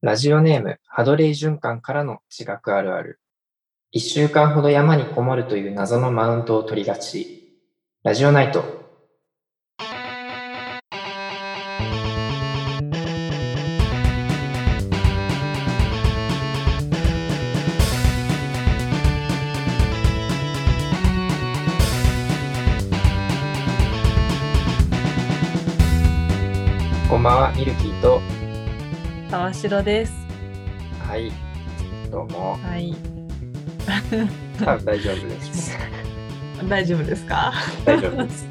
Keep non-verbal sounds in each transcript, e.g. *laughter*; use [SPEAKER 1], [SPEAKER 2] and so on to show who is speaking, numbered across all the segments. [SPEAKER 1] ラジオネーム、ハドレイ循環からの地学あるある。一週間ほど山にこもるという謎のマウントを取りがち。ラジオナイト。こんばんは、ミルキーと。
[SPEAKER 2] 沢城です。
[SPEAKER 1] はい。どう
[SPEAKER 2] *laughs*
[SPEAKER 1] も。
[SPEAKER 2] はい。
[SPEAKER 1] 多分大丈夫です。 *laughs*
[SPEAKER 2] 大丈夫ですか？
[SPEAKER 1] 大丈夫です。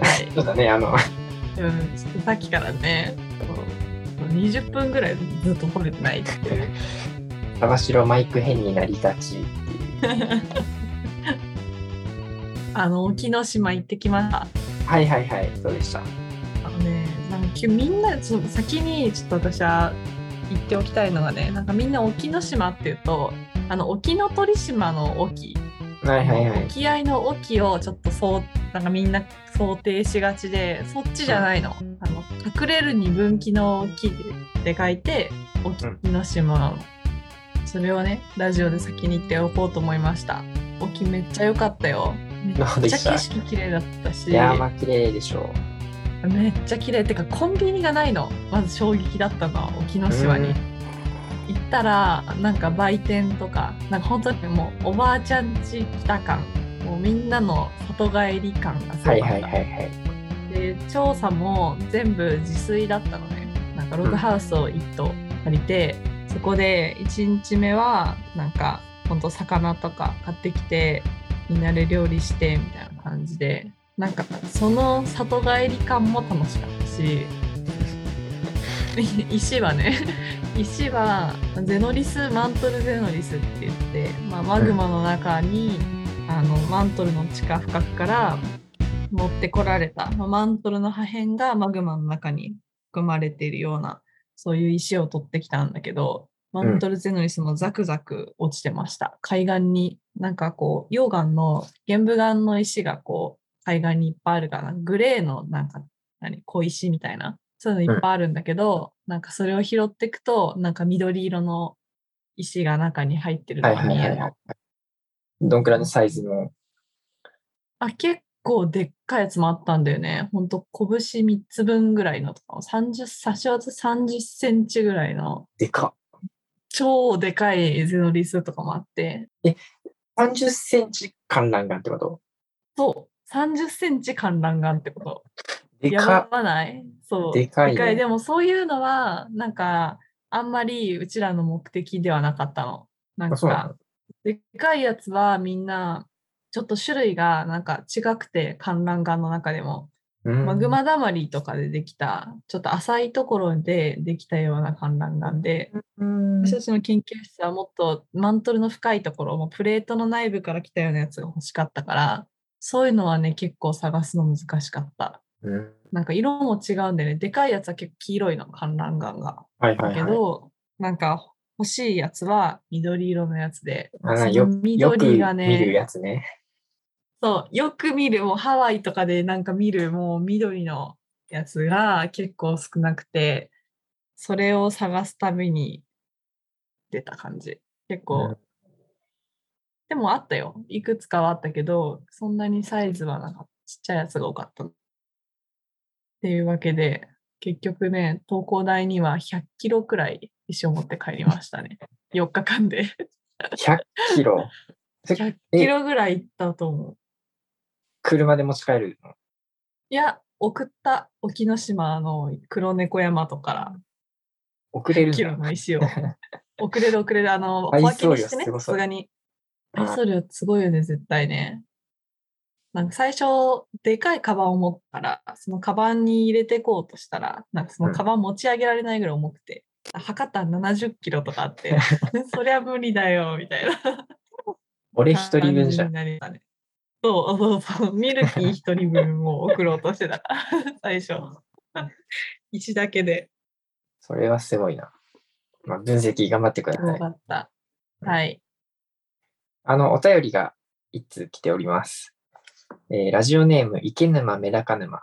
[SPEAKER 2] はい。
[SPEAKER 1] そうだね、あの、 *laughs*
[SPEAKER 2] うん、ちょっとさっきからね、こう20分ぐらいずっと掘れてないっていう。
[SPEAKER 1] 玉城マイク変になりがちっていう。
[SPEAKER 2] あの沖ノ島行ってきました。
[SPEAKER 1] はいはいはい、そうでした。
[SPEAKER 2] あのね、なんかきゅみんなちょっと先にちょっと私は言っておきたいのがね、なんかみんな沖ノ島っていうと、あの沖ノ鳥島の沖、
[SPEAKER 1] はいはいはい。
[SPEAKER 2] 沖合の沖をちょっとそうなんかみんな想定しがちでそっちじゃないのあの隠れる二分岐の沖って書いて沖の島なの、それをねラジオで先に言っておこうと思いました沖めっちゃ良かったよめっち
[SPEAKER 1] ど
[SPEAKER 2] ゃ
[SPEAKER 1] うでした
[SPEAKER 2] 景色綺麗だったし
[SPEAKER 1] いやー、まあ綺麗でしょ
[SPEAKER 2] めっちゃ綺麗ってかコンビニがないのまず衝撃だったのは沖
[SPEAKER 1] う。
[SPEAKER 2] ノ島に
[SPEAKER 1] うん。
[SPEAKER 2] 行ったらなんか売店とかなんか本当にもうおばあちゃんち来た感もうみんなの里帰り感がすごかった、
[SPEAKER 1] はいはいはいはい。
[SPEAKER 2] で調査も全部自炊だったのねなんかログハウスを1棟借りて、そこで1日目はなんかほんと魚とか買ってきてみんなで料理してみたいな感じでなんかその里帰り感も楽しかったし *laughs* 石はね *laughs* 石はゼノリスマントルゼノリスって言って、まあ、マグマの中に、あのマントルの地下深くから持ってこられた、まあマントルの破片がマグマの中に含まれているようなそういう石を取ってきたんだけどマントルゼノリスもザクザク落ちてました、海岸になんかこう溶岩の玄武岩の石がこう海岸にいっぱいあるからグレーのなんか何小石みたいなそういうのいっぱいあるんだけど、なんかそれを拾っていくとなんか緑色の石が中に入ってる
[SPEAKER 1] はいはい
[SPEAKER 2] のが見
[SPEAKER 1] は
[SPEAKER 2] える
[SPEAKER 1] い
[SPEAKER 2] の
[SPEAKER 1] はい。どんくらいのサイズの。
[SPEAKER 2] あ、結構でっかいやつもあったんだよね。ほんと、拳3つ分ぐらいのとか、30、差し技30センチぐらいの、
[SPEAKER 1] でかっ。
[SPEAKER 2] 超でかいゼノリスとかもあって、
[SPEAKER 1] 30センチ観覧眼ってこと
[SPEAKER 2] そう、30センチ観覧眼ってこと。
[SPEAKER 1] で
[SPEAKER 2] や
[SPEAKER 1] かっ。
[SPEAKER 2] ばないそう。
[SPEAKER 1] でかいね
[SPEAKER 2] でかい。でもそういうのは、なんか、あんまりうちらの目的ではなかったの。なん
[SPEAKER 1] あそうな
[SPEAKER 2] か、でかいやつはみんな、ちょっと種類がなんか違くて、観覧眼の中でも。
[SPEAKER 1] うん
[SPEAKER 2] マグマだまりとかでできた、ちょっと浅いところでできたような観覧眼で、私たちの研究室はもっとマントルの深いところ、もうプレートの内部から来たようなやつが欲しかったから、そういうのはね、結構探すの難しかった。
[SPEAKER 1] うん
[SPEAKER 2] なんか色も違うんでね、でかいやつは結構黄色いの、観覧眼が。
[SPEAKER 1] はいは
[SPEAKER 2] だ
[SPEAKER 1] い
[SPEAKER 2] け
[SPEAKER 1] はい。
[SPEAKER 2] ど、なんか欲しいやつは緑色のやつで、
[SPEAKER 1] あ
[SPEAKER 2] その
[SPEAKER 1] よよく
[SPEAKER 2] 緑
[SPEAKER 1] 見
[SPEAKER 2] がね、
[SPEAKER 1] るやつね。
[SPEAKER 2] そう、よく見る、もうハワイとかでなんか見る、もう緑のやつが結構少なくて、それを探すために出た感じ。結構、
[SPEAKER 1] うん
[SPEAKER 2] でもあったよ。いくつかはあったけど、そんなにサイズはなかった。ちっちゃいやつが多かった。っていうわけで、結局ね、東工大には100キロくらい石を持って帰りましたね。4日間で。
[SPEAKER 1] 100キロ。え
[SPEAKER 2] 100キ *laughs* ロぐらい行ったと思う。
[SPEAKER 1] 車で持ち帰るの。
[SPEAKER 2] いや、送った沖ノ島の黒猫山とか
[SPEAKER 1] 遅れる
[SPEAKER 2] ら
[SPEAKER 1] ん
[SPEAKER 2] キ
[SPEAKER 1] だ
[SPEAKER 2] ロの石を遅れる遅れる
[SPEAKER 1] *laughs*
[SPEAKER 2] あの
[SPEAKER 1] 配
[SPEAKER 2] お分け
[SPEAKER 1] 送料
[SPEAKER 2] にしてね
[SPEAKER 1] すご
[SPEAKER 2] さ
[SPEAKER 1] そ
[SPEAKER 2] す
[SPEAKER 1] う
[SPEAKER 2] がに
[SPEAKER 1] うん
[SPEAKER 2] 配送料すごいよね絶対ねなんか最初でかいカバンを持ったらそのカバンに入れてこうとしたらなんかそのカバン持ち上げられないぐらい重くて、測ったら70キロとかあって
[SPEAKER 1] *laughs*
[SPEAKER 2] そりゃ無理だよみたいな
[SPEAKER 1] 俺一人分じゃ
[SPEAKER 2] 感
[SPEAKER 1] ん。
[SPEAKER 2] になりましたねそうそうそう、ミルキー一人分を送ろうとし
[SPEAKER 1] *laughs*
[SPEAKER 2] てた、最初。石だけで。
[SPEAKER 1] それはすごいな。まあ、分析頑張ってくだ
[SPEAKER 2] よ
[SPEAKER 1] さい
[SPEAKER 2] か。った。はい。
[SPEAKER 1] あの、お便りが一通来ております。えーラジオネーム、池沼メダカ沼。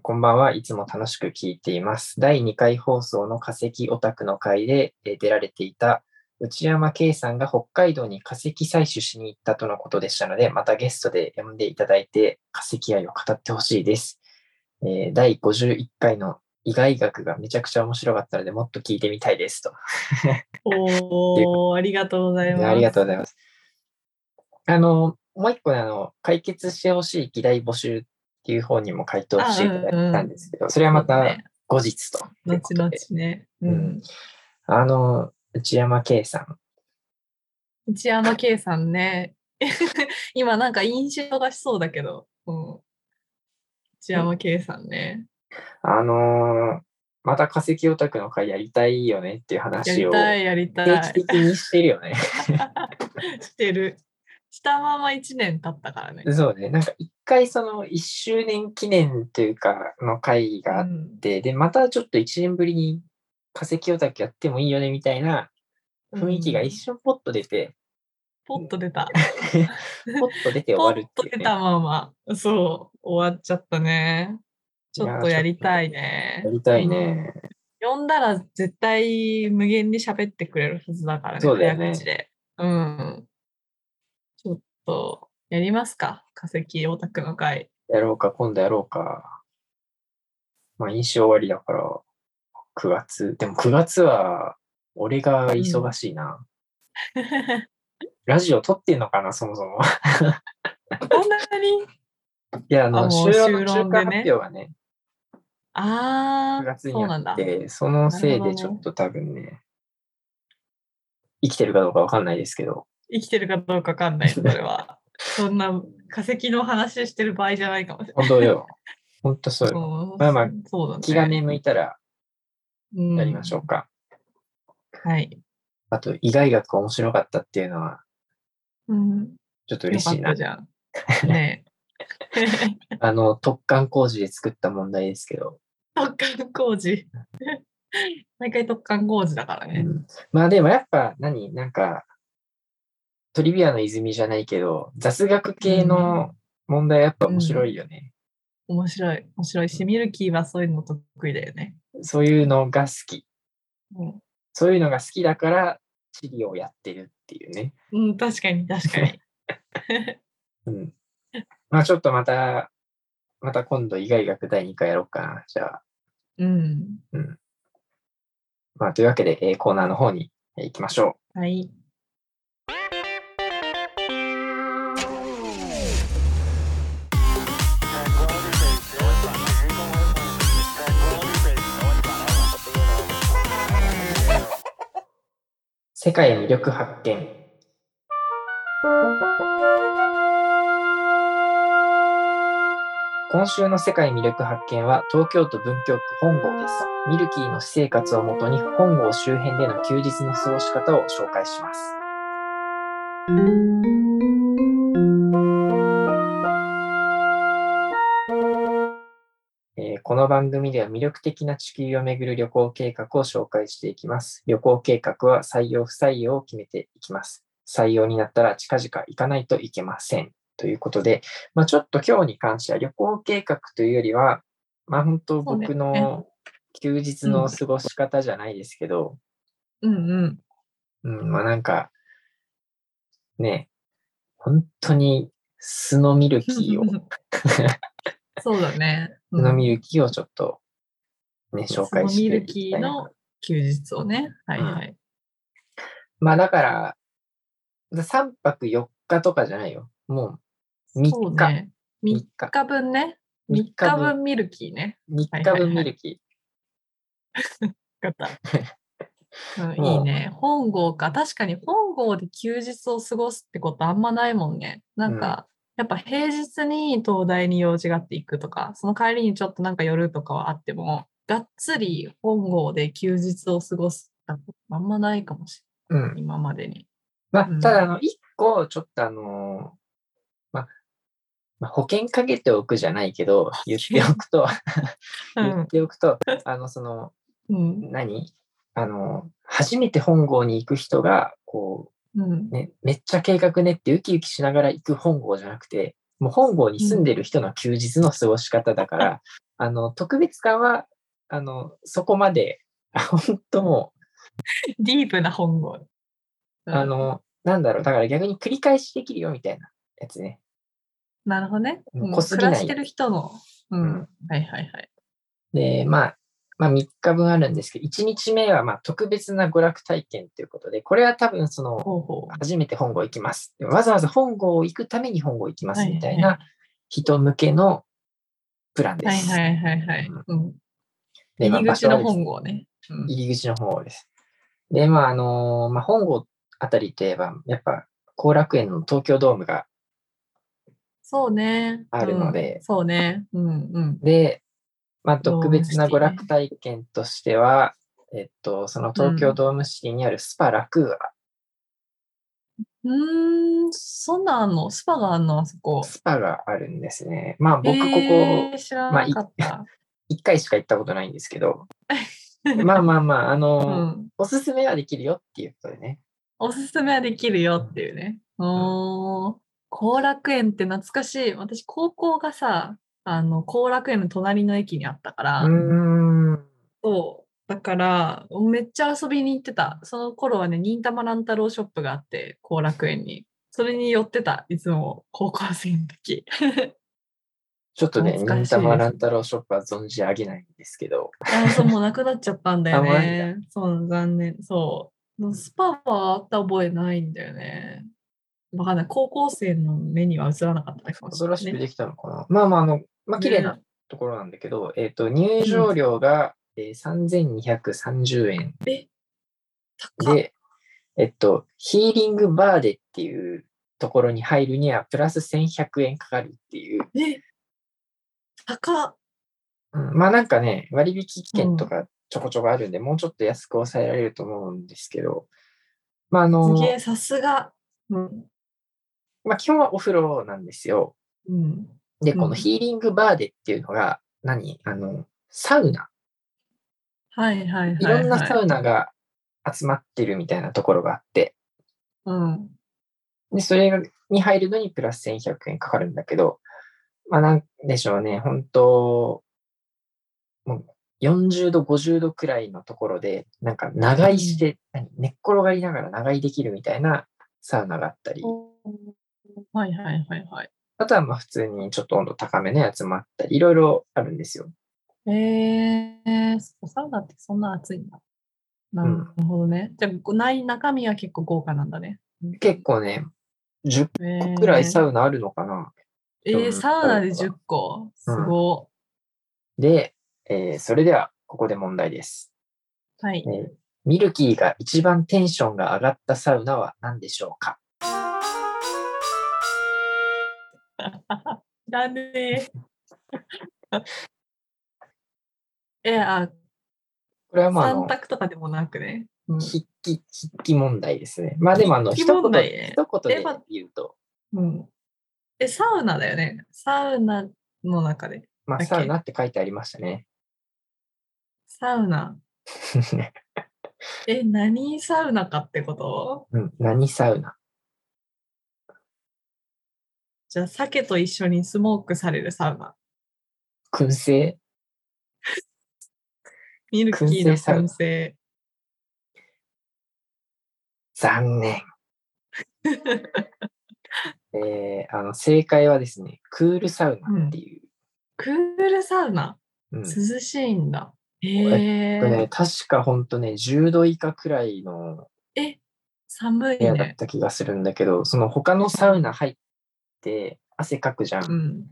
[SPEAKER 1] こんばんはいつも楽しく聞いています。第2回放送の化石オタクの会でえー出られていた内山圭さんが北海道に化石採取しに行ったとのことでしたので、またゲストで呼んでいただいて化石愛を語ってほしいです。えー第51回の意外学がめちゃくちゃ面白かったので、もっと聞いてみたいですと。
[SPEAKER 2] おお、ありがとうございます。
[SPEAKER 1] ありがとうございます。あの、もう一個ね、あの、解決してほしい議題募集っていう方にも回答していただいたんですけど、それはまた
[SPEAKER 2] ね
[SPEAKER 1] 後日というこ
[SPEAKER 2] 後
[SPEAKER 1] と
[SPEAKER 2] 々
[SPEAKER 1] で。
[SPEAKER 2] ね。
[SPEAKER 1] う
[SPEAKER 2] うんん。
[SPEAKER 1] あの、内山圭さん。
[SPEAKER 2] 内山圭さんね。 *laughs* 今なんか印象がしそうだけど。うん、内山圭さんね。
[SPEAKER 1] あのーまた化石オタクの会やりたいよねっていう
[SPEAKER 2] や
[SPEAKER 1] 話
[SPEAKER 2] り
[SPEAKER 1] を
[SPEAKER 2] た
[SPEAKER 1] 定
[SPEAKER 2] い、やりた
[SPEAKER 1] 期
[SPEAKER 2] い。
[SPEAKER 1] 的にしてるよね。 *laughs*
[SPEAKER 2] してる。したまま1年経ったからね。
[SPEAKER 1] そうね。なんか一回その1周年記念というかの会があっ
[SPEAKER 2] うん
[SPEAKER 1] て、で、またちょっと1年ぶりに化石オタクやってもいいよねみたいな雰囲気が一瞬ポッと出
[SPEAKER 2] *laughs*
[SPEAKER 1] て、
[SPEAKER 2] ポッと出た。
[SPEAKER 1] ポッと出て終
[SPEAKER 2] ポ
[SPEAKER 1] わ
[SPEAKER 2] ッ
[SPEAKER 1] る
[SPEAKER 2] と
[SPEAKER 1] っていう、
[SPEAKER 2] 出
[SPEAKER 1] ね。
[SPEAKER 2] たまま。そう、終わっちゃったね。ちょっとやりたいね
[SPEAKER 1] や。りたいね。
[SPEAKER 2] 呼んだら絶対無限に喋ってくれるはずだからね。
[SPEAKER 1] そうだよね
[SPEAKER 2] 早口で。うん。ちょっと、やりますか化石オタクの
[SPEAKER 1] *laughs*
[SPEAKER 2] 会。
[SPEAKER 1] やろうか、今度やろうか。まあ、印象終わりだから、9月。でも9月は、俺が忙しいな。ラジオ撮ってんのかな、そもそも。 *laughs*
[SPEAKER 2] こんなに
[SPEAKER 1] いや、あ
[SPEAKER 2] あ
[SPEAKER 1] の、
[SPEAKER 2] も
[SPEAKER 1] 収
[SPEAKER 2] う
[SPEAKER 1] 録の
[SPEAKER 2] 収
[SPEAKER 1] 中
[SPEAKER 2] 録で
[SPEAKER 1] 間発
[SPEAKER 2] ね
[SPEAKER 1] 表がね、
[SPEAKER 2] あ
[SPEAKER 1] 9
[SPEAKER 2] あ、
[SPEAKER 1] 月
[SPEAKER 2] そう
[SPEAKER 1] に
[SPEAKER 2] な
[SPEAKER 1] あ
[SPEAKER 2] んだ
[SPEAKER 1] っ。て、そのせいで
[SPEAKER 2] なるほどね
[SPEAKER 1] ちょっと多分ね、生きてるかどうかわかんないですけど、
[SPEAKER 2] 生きてるかどうかわかんない、それ
[SPEAKER 1] *laughs*
[SPEAKER 2] は。そんな化石の話してる場合じゃないかもしれない。
[SPEAKER 1] 本当
[SPEAKER 2] *laughs*
[SPEAKER 1] よ。本当そうよ。
[SPEAKER 2] うん
[SPEAKER 1] まあまあ、
[SPEAKER 2] そうだね。
[SPEAKER 1] 気がね、向いたら
[SPEAKER 2] うん
[SPEAKER 1] やりましょうか。
[SPEAKER 2] はい。
[SPEAKER 1] あと、医外学面白かったっていうのは、
[SPEAKER 2] うん。
[SPEAKER 1] ちょっと
[SPEAKER 2] よ
[SPEAKER 1] 嬉
[SPEAKER 2] か
[SPEAKER 1] しい
[SPEAKER 2] っ
[SPEAKER 1] な
[SPEAKER 2] た。じゃん。
[SPEAKER 1] *laughs*
[SPEAKER 2] ねえ。
[SPEAKER 1] あの、特貫工事で作った問題ですけど、
[SPEAKER 2] 特貫工事。毎回特貫工事だから
[SPEAKER 1] う
[SPEAKER 2] ね。
[SPEAKER 1] んまあでもやっぱ何なんか、トリビアの泉じゃないけど、雑学系の問題はやっぱ面白いよね。
[SPEAKER 2] 面白い。面白いし、ミルキーはそういうの得意だよね。
[SPEAKER 1] そういうのが好き。
[SPEAKER 2] うん
[SPEAKER 1] そういうのが好きだから、地理をやってるっていうね。
[SPEAKER 2] うん、確かに、確
[SPEAKER 1] *laughs*
[SPEAKER 2] かに。
[SPEAKER 1] うん。まあちょっとまた、また今度、医外学第2回やろうかな。じゃあ、
[SPEAKER 2] うん。
[SPEAKER 1] まあというわけで、えーコーナーの方にえー行きましょう。
[SPEAKER 2] はい。
[SPEAKER 1] 世界魅力発見。今週の世界魅力発見は東京都文京区本郷です。ミルキーの私生活をもとに本郷周辺での休日の過ごし方を紹介します。えーこの番組では魅力的な地球をめぐる旅行計画を紹介していきます。旅行計画は採用不採用を決めていきます。採用になったら近々行かないといけません。ということで、まあ、ちょっと今日に関しては旅行計画というよりは、まあ、本当
[SPEAKER 2] そうね
[SPEAKER 1] 僕の休日の過ごし方じゃないですけど、
[SPEAKER 2] うんうん。
[SPEAKER 1] うん、まあなんか、ね、本当に素のミルキー
[SPEAKER 2] *laughs*
[SPEAKER 1] を、
[SPEAKER 2] そうだね。
[SPEAKER 1] 素の
[SPEAKER 2] うん
[SPEAKER 1] ミルキーをちょっとね、紹介していきたいな。
[SPEAKER 2] 素のミルキーの休日をね。はいはい。
[SPEAKER 1] まあだから、3泊4日とかじゃないよ。もう3日。
[SPEAKER 2] そうね。3
[SPEAKER 1] 3日。
[SPEAKER 2] 日分ね。
[SPEAKER 1] 3
[SPEAKER 2] 3
[SPEAKER 1] 日
[SPEAKER 2] 日
[SPEAKER 1] 分
[SPEAKER 2] 分ミルキーね。
[SPEAKER 1] 3日分ミルキ
[SPEAKER 2] よ
[SPEAKER 1] *laughs*
[SPEAKER 2] かった。う
[SPEAKER 1] もう
[SPEAKER 2] ん、いいね。本郷か。確かに本郷で休日を過ごすってことあんまないもんね。なんか、やっぱ平日に東大に用事があって行くとか、その帰りにちょっとなんか寄るとかはあっても、がっつり本郷で休日を過ごすってことあんまないかもし
[SPEAKER 1] ー。う
[SPEAKER 2] れ
[SPEAKER 1] ん
[SPEAKER 2] な。い、今までに。
[SPEAKER 1] まあ
[SPEAKER 2] うん、
[SPEAKER 1] ただ、あの、1個、ちょっとあのーまあ、まあ、保険かけておくじゃないけど、言っておくと、
[SPEAKER 2] う
[SPEAKER 1] 言
[SPEAKER 2] ん
[SPEAKER 1] っ。ておくと、あの、その、
[SPEAKER 2] うん。
[SPEAKER 1] 何あの、初めて本郷に行く人が、こ
[SPEAKER 2] うん
[SPEAKER 1] う、ね、めっちゃ計画ねってウキウキしながら行く本郷じゃなくて、もう本郷に住んでる人の休日の過ごし方だから、あの、特別感は、あの、そこまで、本当も
[SPEAKER 2] ディープな本郷。
[SPEAKER 1] う、あ、の、なんだろう、だから逆に繰り返しできるよみたいなやつね。
[SPEAKER 2] なるほどね。
[SPEAKER 1] うん
[SPEAKER 2] うん
[SPEAKER 1] 濃すぎ
[SPEAKER 2] 暮
[SPEAKER 1] ない
[SPEAKER 2] らしてる人の。う。
[SPEAKER 1] うんん
[SPEAKER 2] はいはいはい。
[SPEAKER 1] で、まあ、まあ3日分あるんですけど、1日目はまあ特別な娯楽体験ということで、これは多分その、
[SPEAKER 2] ほうほ
[SPEAKER 1] 初めて本郷行きます。わざわざ本郷行くために本郷行きますみたいな人向けのプラン
[SPEAKER 2] う。
[SPEAKER 1] で
[SPEAKER 2] はい
[SPEAKER 1] す。
[SPEAKER 2] はいはいはい。うん。
[SPEAKER 1] でまあ
[SPEAKER 2] 入り口
[SPEAKER 1] 場所は
[SPEAKER 2] の
[SPEAKER 1] です
[SPEAKER 2] 本郷ね。うん
[SPEAKER 1] 入り口の方です。で、まあ、あのまあ、本郷あたりといえば、やっぱ、後楽園の東京ドームが、
[SPEAKER 2] そうね。
[SPEAKER 1] あるので
[SPEAKER 2] うんそうね。うんうん。
[SPEAKER 1] で、まあ、
[SPEAKER 2] ドーム
[SPEAKER 1] 特別な
[SPEAKER 2] シテ
[SPEAKER 1] 娯
[SPEAKER 2] ィね
[SPEAKER 1] 楽体験としては、えっと、その東京ドームシティにあるスパラクーア、
[SPEAKER 2] うーん、そんなんあんの、スパがあんの、あそこ。
[SPEAKER 1] スパがあるんですね。まあ、僕、こ
[SPEAKER 2] え
[SPEAKER 1] こ
[SPEAKER 2] ー、知らなかった。
[SPEAKER 1] 1回しか行ったことないんですけ
[SPEAKER 2] *laughs*
[SPEAKER 1] ど、まあまあまあ、あの
[SPEAKER 2] うん。
[SPEAKER 1] おすすめはできるよっていうことでね。
[SPEAKER 2] おすすめはできるよっていうね。おー、後楽園って懐かしい。私、高校がさ、あの、後楽園の隣の駅にあったから、
[SPEAKER 1] ん。
[SPEAKER 2] そう。だから、めっちゃ遊びに行ってた。その頃はね、忍たま乱太郎ショップがあって、後楽園に。それに寄ってた、いつも、高校生の時。
[SPEAKER 1] ちょっとね、
[SPEAKER 2] 懐かし
[SPEAKER 1] 忍
[SPEAKER 2] いです
[SPEAKER 1] たま乱太郎ショップは存じ上げないんですけど、
[SPEAKER 2] あそうもうなくなっちゃったんだ *laughs* よ
[SPEAKER 1] あマ
[SPEAKER 2] ね。そう残念。そう。スパはあった覚えないんだよね。わかんない。高校生の目には映らなかったかもし
[SPEAKER 1] 恐
[SPEAKER 2] れな
[SPEAKER 1] ろ
[SPEAKER 2] い、
[SPEAKER 1] し
[SPEAKER 2] ね。
[SPEAKER 1] くできたのかな。まあまあ、あの、まあ、綺麗な
[SPEAKER 2] ね
[SPEAKER 1] ところなんだけど、えっ、と、入場料が、えー3230円
[SPEAKER 2] 高っ
[SPEAKER 1] で、えっと、ヒーリングバーデっていうところに入るには、プラス1100円かかるっていう、
[SPEAKER 2] え高っ
[SPEAKER 1] うんまあなんかね、割引券とかちょこちょこあるんで、もうちょっと安く抑えられると思うんですけど、まああの、
[SPEAKER 2] すげえ、さすが。うん。
[SPEAKER 1] まあ基本はお風呂なんですよ。
[SPEAKER 2] うん。
[SPEAKER 1] で、
[SPEAKER 2] うん
[SPEAKER 1] このヒーリングバーデっていうのが何、あの、サウナ。
[SPEAKER 2] はいはいはい、はい。
[SPEAKER 1] いろんなサウナが集まってるみたいなところがあって、
[SPEAKER 2] うん。
[SPEAKER 1] で、それに入るのにプラス1100円かかるんだけど、まあなんでしょうね、本当もう40度、50度くらいのところで、なんか長居して、何寝っ転がりながら長居できるみたいなサウナがあったり、
[SPEAKER 2] はいはいはいはい。
[SPEAKER 1] あとはまあ普通にちょっと温度高めのやつもあったり、いろいろあるんですよ。
[SPEAKER 2] えー、そうサウナってそんな暑いんだ。なるほどね。じゃあこう、ない中身は結構豪華なんだね。
[SPEAKER 1] 結構ね、10
[SPEAKER 2] え
[SPEAKER 1] 個
[SPEAKER 2] ー
[SPEAKER 1] くらいサウナあるのかな、
[SPEAKER 2] え
[SPEAKER 1] ナ
[SPEAKER 2] ーサウナで10個。すご
[SPEAKER 1] で、えーそれではここで問題です、
[SPEAKER 2] い。はい
[SPEAKER 1] え。ー
[SPEAKER 2] *laughs*
[SPEAKER 1] ミルキーが一番テンションが上がったサウナは何でしょうか
[SPEAKER 2] だねー。 *laughs* えあ、
[SPEAKER 1] これはまああ
[SPEAKER 2] 三
[SPEAKER 1] の、
[SPEAKER 2] 択とかでもなくね。うん
[SPEAKER 1] 筆記、筆記問題ですね。まあでもあの、
[SPEAKER 2] 筆
[SPEAKER 1] 一
[SPEAKER 2] 記問
[SPEAKER 1] 言
[SPEAKER 2] 題
[SPEAKER 1] で、
[SPEAKER 2] ね
[SPEAKER 1] 一言
[SPEAKER 2] え
[SPEAKER 1] で
[SPEAKER 2] ま
[SPEAKER 1] 言うと、
[SPEAKER 2] うん、え、サウナだよね。サウナの中で。
[SPEAKER 1] まあ
[SPEAKER 2] だっけ
[SPEAKER 1] サウナって書いてありましたね。 *laughs*
[SPEAKER 2] サウナ。え、何サウナかってこと
[SPEAKER 1] うん、何サウナ
[SPEAKER 2] じゃあ、鮭と一緒にスモークされるサウナ。
[SPEAKER 1] 燻製
[SPEAKER 2] ミルキーの
[SPEAKER 1] 燻製サウナ
[SPEAKER 2] 燻製。
[SPEAKER 1] 残念。えーあの正解はですね、クールサウナっていう。
[SPEAKER 2] クールサウナ。
[SPEAKER 1] うん
[SPEAKER 2] 涼しいんだ。へ
[SPEAKER 1] これね
[SPEAKER 2] え。
[SPEAKER 1] 確かほんとね、10度以下くらいの
[SPEAKER 2] え、寒い
[SPEAKER 1] 部屋だっ
[SPEAKER 2] ね。
[SPEAKER 1] た気がするんだけど、その他のサウナ入って汗かくじゃん。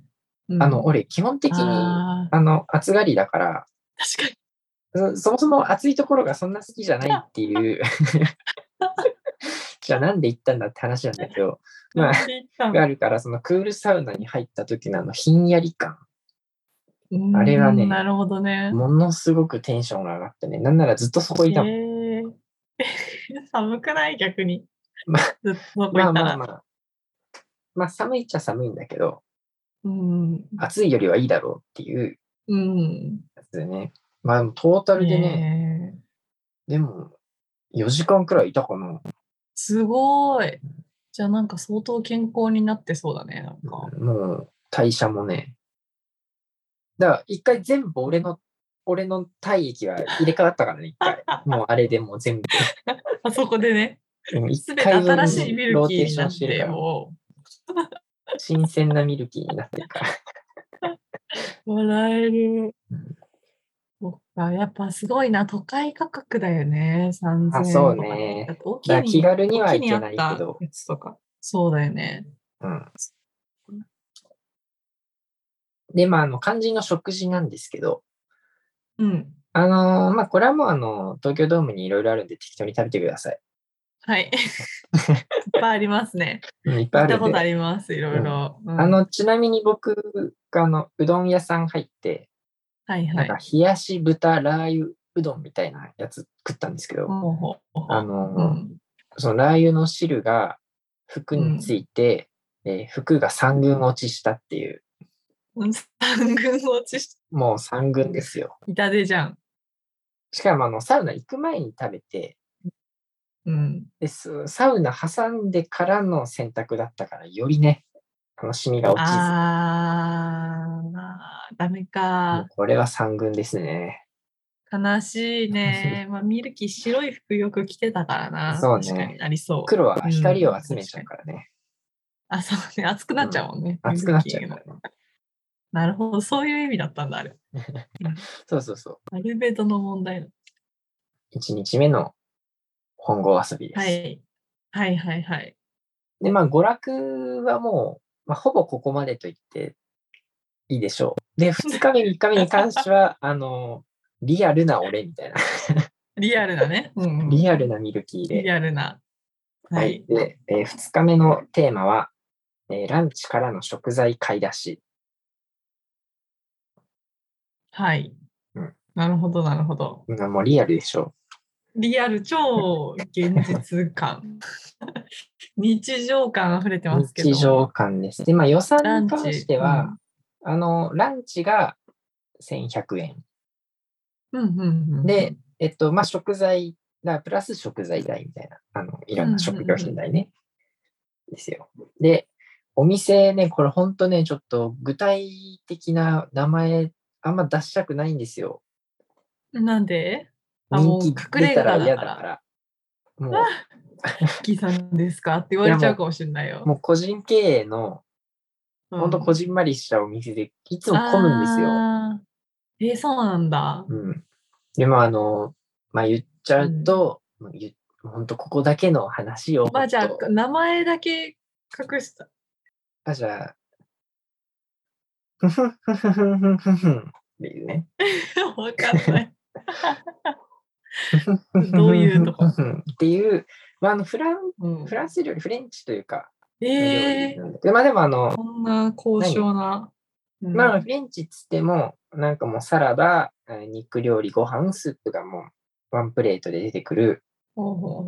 [SPEAKER 2] うん。
[SPEAKER 1] あの、
[SPEAKER 2] 俺
[SPEAKER 1] 俺、基本的に、あ
[SPEAKER 2] あー
[SPEAKER 1] の、暑がりだから、
[SPEAKER 2] 確かに。
[SPEAKER 1] そそもそも暑いところがそんな好きじゃないっていう。 *laughs* じゃあなんで行ったんだって話なんだけど、まあ、があるから、そのクールサウナに入った時のあのひんやり感、
[SPEAKER 2] うん
[SPEAKER 1] あれはね
[SPEAKER 2] なるほどね。
[SPEAKER 1] ものすごくテンションが上がってね、なんならずっとそこいたもん。
[SPEAKER 2] へー *laughs* 寒くない逆に。
[SPEAKER 1] まあ
[SPEAKER 2] ずっとそこい
[SPEAKER 1] まあ
[SPEAKER 2] た
[SPEAKER 1] まあ
[SPEAKER 2] ら。
[SPEAKER 1] まあ。まあ寒いっちゃ寒いんだけど、
[SPEAKER 2] うん。
[SPEAKER 1] 暑いよりはいいだろうっていう
[SPEAKER 2] うん。
[SPEAKER 1] やつでね。まあでもトータルでね、
[SPEAKER 2] ねえ
[SPEAKER 1] でも、4時間くらいいたかな。
[SPEAKER 2] すごい。じゃあなんか相当健康になってそうだね、なんか。
[SPEAKER 1] もう代謝もね。だから一回全部俺の、俺の体液は入れ替わったからね、一回。もうあれでもう全部。
[SPEAKER 2] あそこでね、
[SPEAKER 1] うん
[SPEAKER 2] す
[SPEAKER 1] 一
[SPEAKER 2] べて
[SPEAKER 1] 回分
[SPEAKER 2] 新しいミル
[SPEAKER 1] ロー
[SPEAKER 2] キ
[SPEAKER 1] テー
[SPEAKER 2] ーに
[SPEAKER 1] シ
[SPEAKER 2] な
[SPEAKER 1] ョ
[SPEAKER 2] っ
[SPEAKER 1] ンして
[SPEAKER 2] て
[SPEAKER 1] るから、
[SPEAKER 2] よ。
[SPEAKER 1] 新鮮なミルキーになってるから。
[SPEAKER 2] 笑える
[SPEAKER 1] うん。
[SPEAKER 2] そっか、やっぱすごいな、都会価格だよね、3000
[SPEAKER 1] あ
[SPEAKER 2] 円
[SPEAKER 1] そう
[SPEAKER 2] とか
[SPEAKER 1] ね
[SPEAKER 2] だって大き
[SPEAKER 1] だから
[SPEAKER 2] い
[SPEAKER 1] 気軽には
[SPEAKER 2] 大
[SPEAKER 1] 行
[SPEAKER 2] きいに
[SPEAKER 1] け
[SPEAKER 2] あっ
[SPEAKER 1] ない
[SPEAKER 2] た
[SPEAKER 1] けど。
[SPEAKER 2] やつとか。そうだよね。
[SPEAKER 1] うん。で、まあ、あの、肝心の食事なんですけど、
[SPEAKER 2] うん。
[SPEAKER 1] あのーまあ、これはもう、あの、東京ドームにいろいろあるんで適当に食べてください。 *laughs*
[SPEAKER 2] はい。いっぱいありますね。
[SPEAKER 1] うん、いっぱい
[SPEAKER 2] 行
[SPEAKER 1] あ
[SPEAKER 2] った
[SPEAKER 1] る
[SPEAKER 2] こ
[SPEAKER 1] ん
[SPEAKER 2] とあ
[SPEAKER 1] で。
[SPEAKER 2] ります、いろいろ。うん
[SPEAKER 1] あ、の、ちなみに僕が、あの、うどん屋さん入って、
[SPEAKER 2] はいは
[SPEAKER 1] なん
[SPEAKER 2] い
[SPEAKER 1] か。、冷やし豚ラー油うどんみたいなやつ食ったんですけど、
[SPEAKER 2] ほうほうほう
[SPEAKER 1] あの
[SPEAKER 2] う
[SPEAKER 1] ー
[SPEAKER 2] ん
[SPEAKER 1] そのラー油の汁が服について、えー服が三軍落ちしたっていう、
[SPEAKER 2] うん三軍落ちし
[SPEAKER 1] もう三軍ですよ。
[SPEAKER 2] 痛手じゃん。
[SPEAKER 1] しかも、あの、サウナ行く前に食べて、
[SPEAKER 2] うん。
[SPEAKER 1] です。サウナ挟んでからの洗濯だったから、よりね、あのシミが落ちず。
[SPEAKER 2] あー、ダメ
[SPEAKER 1] も
[SPEAKER 2] か
[SPEAKER 1] う。これは三軍ですね。
[SPEAKER 2] 悲し
[SPEAKER 1] *laughs*
[SPEAKER 2] いね。まあ、ミルキー白い服よく着てたからな。
[SPEAKER 1] そうね
[SPEAKER 2] 確かになりそう。
[SPEAKER 1] 黒は光を集めちゃうからね。
[SPEAKER 2] あ、そうね。熱くなっちゃうもんね。
[SPEAKER 1] 熱くなっちゃうか
[SPEAKER 2] ミル
[SPEAKER 1] ら
[SPEAKER 2] キーの
[SPEAKER 1] ね。
[SPEAKER 2] なるほど。そういう意味だったんだ、あれ。
[SPEAKER 1] そうそうそう。
[SPEAKER 2] アルベドの問題だ。
[SPEAKER 1] 1日目の本郷遊びです。
[SPEAKER 2] はい。はいはいはい。
[SPEAKER 1] で、まあ、娯楽はもう、まあ、ほぼここまでと言っていいでしょう。で、2日目、3日目に関しては、あの、リアルな俺みたいな。
[SPEAKER 2] リアルだね。うんう
[SPEAKER 1] *laughs*
[SPEAKER 2] ん
[SPEAKER 1] リアルなミルキーで。
[SPEAKER 2] リアルな。は
[SPEAKER 1] はいい。。で、え2日目のテーマは、えーランチからの食材買い出し。
[SPEAKER 2] はい
[SPEAKER 1] うん。
[SPEAKER 2] なるほど、なるほど。
[SPEAKER 1] うんもうリアルでしょ
[SPEAKER 2] リアル超現実感。 *laughs* 日常感溢れて
[SPEAKER 1] う。
[SPEAKER 2] ますけど。
[SPEAKER 1] 日常感です。で、まあ予算
[SPEAKER 2] ラン
[SPEAKER 1] に
[SPEAKER 2] チ
[SPEAKER 1] 関しては、あの、ランチが1100円。
[SPEAKER 2] うんうんうんうん、
[SPEAKER 1] で、えっと、まあ食材、だプラス食材代みたいな、あの、いろんな食料品代ね。ですよ。で、お店ね、これほんとね、ちょっと具体的な名前、あんま出したくないんですよ。
[SPEAKER 2] なんであも
[SPEAKER 1] 人
[SPEAKER 2] う
[SPEAKER 1] 気出たら嫌だから。もう、
[SPEAKER 2] キーさんですかって言われちゃうかもしれないよ。
[SPEAKER 1] もう個人経営の、
[SPEAKER 2] うん
[SPEAKER 1] ほんとこじんまりしたお店で、いつも混むんですよ。
[SPEAKER 2] あーえーそうなんだ。
[SPEAKER 1] うん。でも、あの、まあ、言っちゃうと、もう言ほんとここだけの話を。
[SPEAKER 2] まあじゃ
[SPEAKER 1] ほんと
[SPEAKER 2] あ、名前だけ隠した。 *laughs*
[SPEAKER 1] あ、じゃあ、ふふんふふんふふんふふんっていうね。
[SPEAKER 2] わかんない。どういうとこ
[SPEAKER 1] ふふんふふん *laughs* っていう、まあ、あのフラン、
[SPEAKER 2] うん
[SPEAKER 1] フランス料理、フレンチというか、
[SPEAKER 2] え
[SPEAKER 1] 料理なんだけどまあでもあの、
[SPEAKER 2] ー、こんな高尚な。うん
[SPEAKER 1] まあ、フレンチっつっても、なんかもうサラダ、えー肉料理、ご飯、スープがもうワンプレートで出てくる。
[SPEAKER 2] ほうほう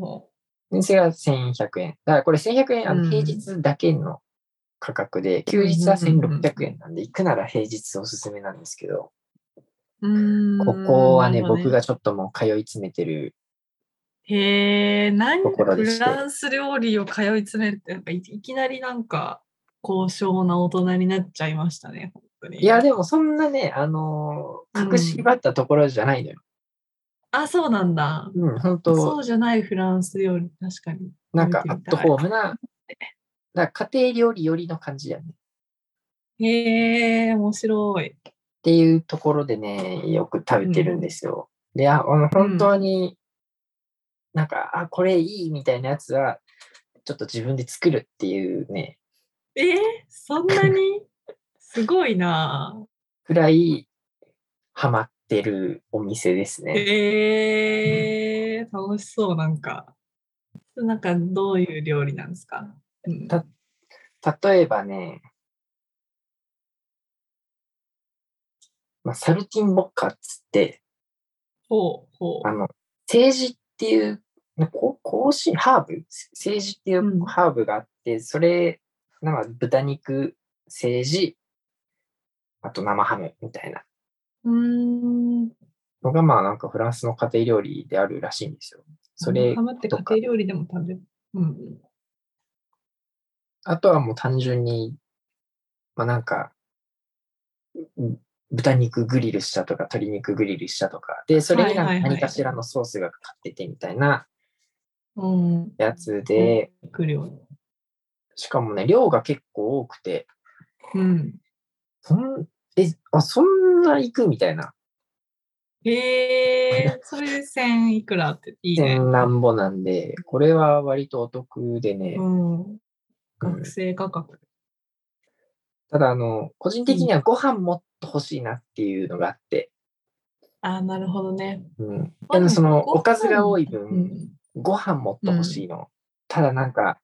[SPEAKER 2] ほ
[SPEAKER 1] それが1100円。だからこれ1100円、あ
[SPEAKER 2] う
[SPEAKER 1] の
[SPEAKER 2] ん
[SPEAKER 1] 平日だけの価格で、休日は1600円なんで、行くなら平日おすすめなんですけど、
[SPEAKER 2] ううー
[SPEAKER 1] こ
[SPEAKER 2] ん
[SPEAKER 1] こはね、
[SPEAKER 2] なるほど
[SPEAKER 1] 僕がちょっともう通い詰めてる。
[SPEAKER 2] へえ、なん
[SPEAKER 1] と
[SPEAKER 2] で
[SPEAKER 1] ころで
[SPEAKER 2] フ
[SPEAKER 1] して
[SPEAKER 2] ランス料理を通い詰めるって、なんかいいきなりなんか高尚な大人になっちゃいましたね、本当に。
[SPEAKER 1] いや、でもそんなね、あの
[SPEAKER 2] うん
[SPEAKER 1] ー、格式ばったところじゃないのよ。
[SPEAKER 2] あ、そうなんだ。
[SPEAKER 1] うん、本
[SPEAKER 2] そ
[SPEAKER 1] 当
[SPEAKER 2] うじゃないフランス料理、確かに。
[SPEAKER 1] なんかア
[SPEAKER 2] 見
[SPEAKER 1] ッ
[SPEAKER 2] てみたい
[SPEAKER 1] トホームな、だから家庭料理寄りの感じだよね。
[SPEAKER 2] へえ、面白い。
[SPEAKER 1] っていうところでね、よく食べてるんですよ。で、あ、あの本当に、なんか、あ、これいいみたいなやつは、ちょっと自分で作るっていうね、
[SPEAKER 2] えー、そん
[SPEAKER 1] *laughs*
[SPEAKER 2] なにすごいなぁ。
[SPEAKER 1] くらい、ハマってるお店ですね。
[SPEAKER 2] えー、楽しそう、なんか。なんかどういう料理なんですか、うん
[SPEAKER 1] た例えばね、まあ、サルティンボッカーっつって、
[SPEAKER 2] ほうほう
[SPEAKER 1] あ。の、政治っていう、なこ香辛ハーブ政治ってい
[SPEAKER 2] うん
[SPEAKER 1] うハーブがあって、それ、なんか豚肉、政治、あと生ハムみたいな
[SPEAKER 2] うーん。
[SPEAKER 1] のが、まあなんかフランスの家庭料理であるらしいんですよ。それ
[SPEAKER 2] ハ、マって家庭料理でも食べる。うんうん。
[SPEAKER 1] あとはもう単純に、まあなんか、う豚肉グリルしたとか鶏肉グリルしたとか、で、それになん
[SPEAKER 2] は
[SPEAKER 1] か
[SPEAKER 2] いはいは
[SPEAKER 1] 何
[SPEAKER 2] い
[SPEAKER 1] かしらのソースがかかっててみたいな
[SPEAKER 2] うん。
[SPEAKER 1] やつで、
[SPEAKER 2] 来るよね。
[SPEAKER 1] しかもね、量が結構多くて、
[SPEAKER 2] うん。
[SPEAKER 1] そんえあそんな行くみたいな。
[SPEAKER 2] へ
[SPEAKER 1] *laughs*
[SPEAKER 2] え、それで1000いくらっていいね。
[SPEAKER 1] 千なんぼなんで、これは割とお得でね、
[SPEAKER 2] うん。
[SPEAKER 1] うん
[SPEAKER 2] 学生価格。
[SPEAKER 1] ただあの、個人的にはご飯もっと欲しいなっていうのがあって、
[SPEAKER 2] ああ、なるほどね。
[SPEAKER 1] うん。
[SPEAKER 2] ご飯
[SPEAKER 1] あのその
[SPEAKER 2] ご飯
[SPEAKER 1] おかずが多いう分、
[SPEAKER 2] ん。
[SPEAKER 1] ご飯もっと欲しいの。ただなんか、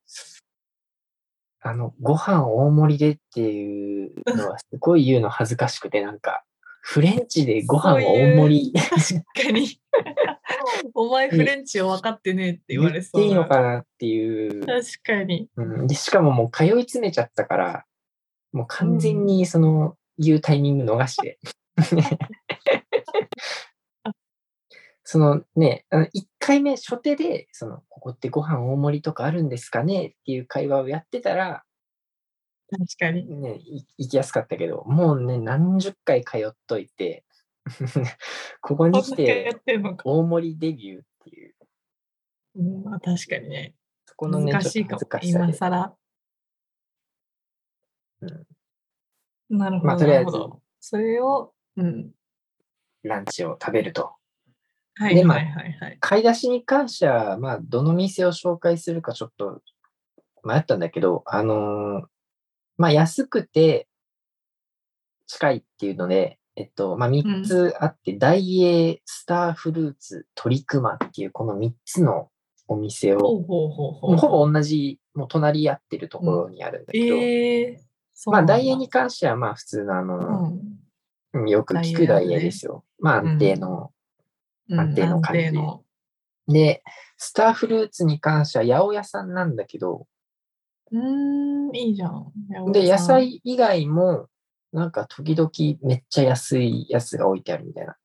[SPEAKER 1] あの、ご飯大盛りでっていうのはすごい言うの恥ずかしくて、なんか、フレンチでご飯を大盛り
[SPEAKER 2] 確かに。お前フレンチを分かってねえって言われそう
[SPEAKER 1] 言っていいの
[SPEAKER 2] な。
[SPEAKER 1] かなっていう
[SPEAKER 2] 確かに。
[SPEAKER 1] うん、でしかももう通い詰めちゃったから、もう完全にその、言うタイミング逃して。 *laughs* そのね、あの1回目初手で、その、ここってご飯大盛りとかあるんですかねっていう会話をやってたら、
[SPEAKER 2] 確かに。
[SPEAKER 1] ね、い行きやすかったけど、もうね、何十回通っといて、 *laughs* ここに
[SPEAKER 2] こ
[SPEAKER 1] 来
[SPEAKER 2] んな回や
[SPEAKER 1] て
[SPEAKER 2] ってんのか。
[SPEAKER 1] 大盛りデビューっていう、
[SPEAKER 2] うん、まあ確かにね。
[SPEAKER 1] そこのね、
[SPEAKER 2] 難し
[SPEAKER 1] ちょ
[SPEAKER 2] い
[SPEAKER 1] っと
[SPEAKER 2] かも
[SPEAKER 1] 恥ず。かしさで。
[SPEAKER 2] 今更。
[SPEAKER 1] うん
[SPEAKER 2] なるほ
[SPEAKER 1] まあ
[SPEAKER 2] ど。
[SPEAKER 1] とりあ
[SPEAKER 2] な
[SPEAKER 1] え
[SPEAKER 2] る
[SPEAKER 1] ず
[SPEAKER 2] ほど。それを、うん。
[SPEAKER 1] ランチを食べると。
[SPEAKER 2] はい
[SPEAKER 1] でまあ
[SPEAKER 2] はいはいはい。
[SPEAKER 1] 買い出しに関しては、まあ、どの店を紹介するかちょっと迷ったんだけど、あのーまあ、安くて近いっていうので、えっと、まあ、3つあって、ダイエー、スターフルーツ、トリクマっていうこの3つのお店を、
[SPEAKER 2] ほうほうほうほ
[SPEAKER 1] もう
[SPEAKER 2] う。
[SPEAKER 1] ほぼ同じ、もう隣り合ってるところにあるんだけど、
[SPEAKER 2] ええそう
[SPEAKER 1] ま
[SPEAKER 2] な
[SPEAKER 1] あ、
[SPEAKER 2] んだ
[SPEAKER 1] ダイエーに関しては、まあ、普通のあ
[SPEAKER 2] う
[SPEAKER 1] の、
[SPEAKER 2] ん
[SPEAKER 1] うんよく聞くダ
[SPEAKER 2] ダイエー
[SPEAKER 1] イ
[SPEAKER 2] ね
[SPEAKER 1] エーですよ。まあ、安定の、
[SPEAKER 2] うん
[SPEAKER 1] 安定の感じ
[SPEAKER 2] 安定の
[SPEAKER 1] で、スターフルーツに関しては八百屋さんなんだけど、
[SPEAKER 2] うーん、いいじゃん。八百
[SPEAKER 1] で、
[SPEAKER 2] 屋
[SPEAKER 1] 野
[SPEAKER 2] さん。
[SPEAKER 1] 菜以外も、なんか時々めっちゃ安いやつが置いてあるみたいな。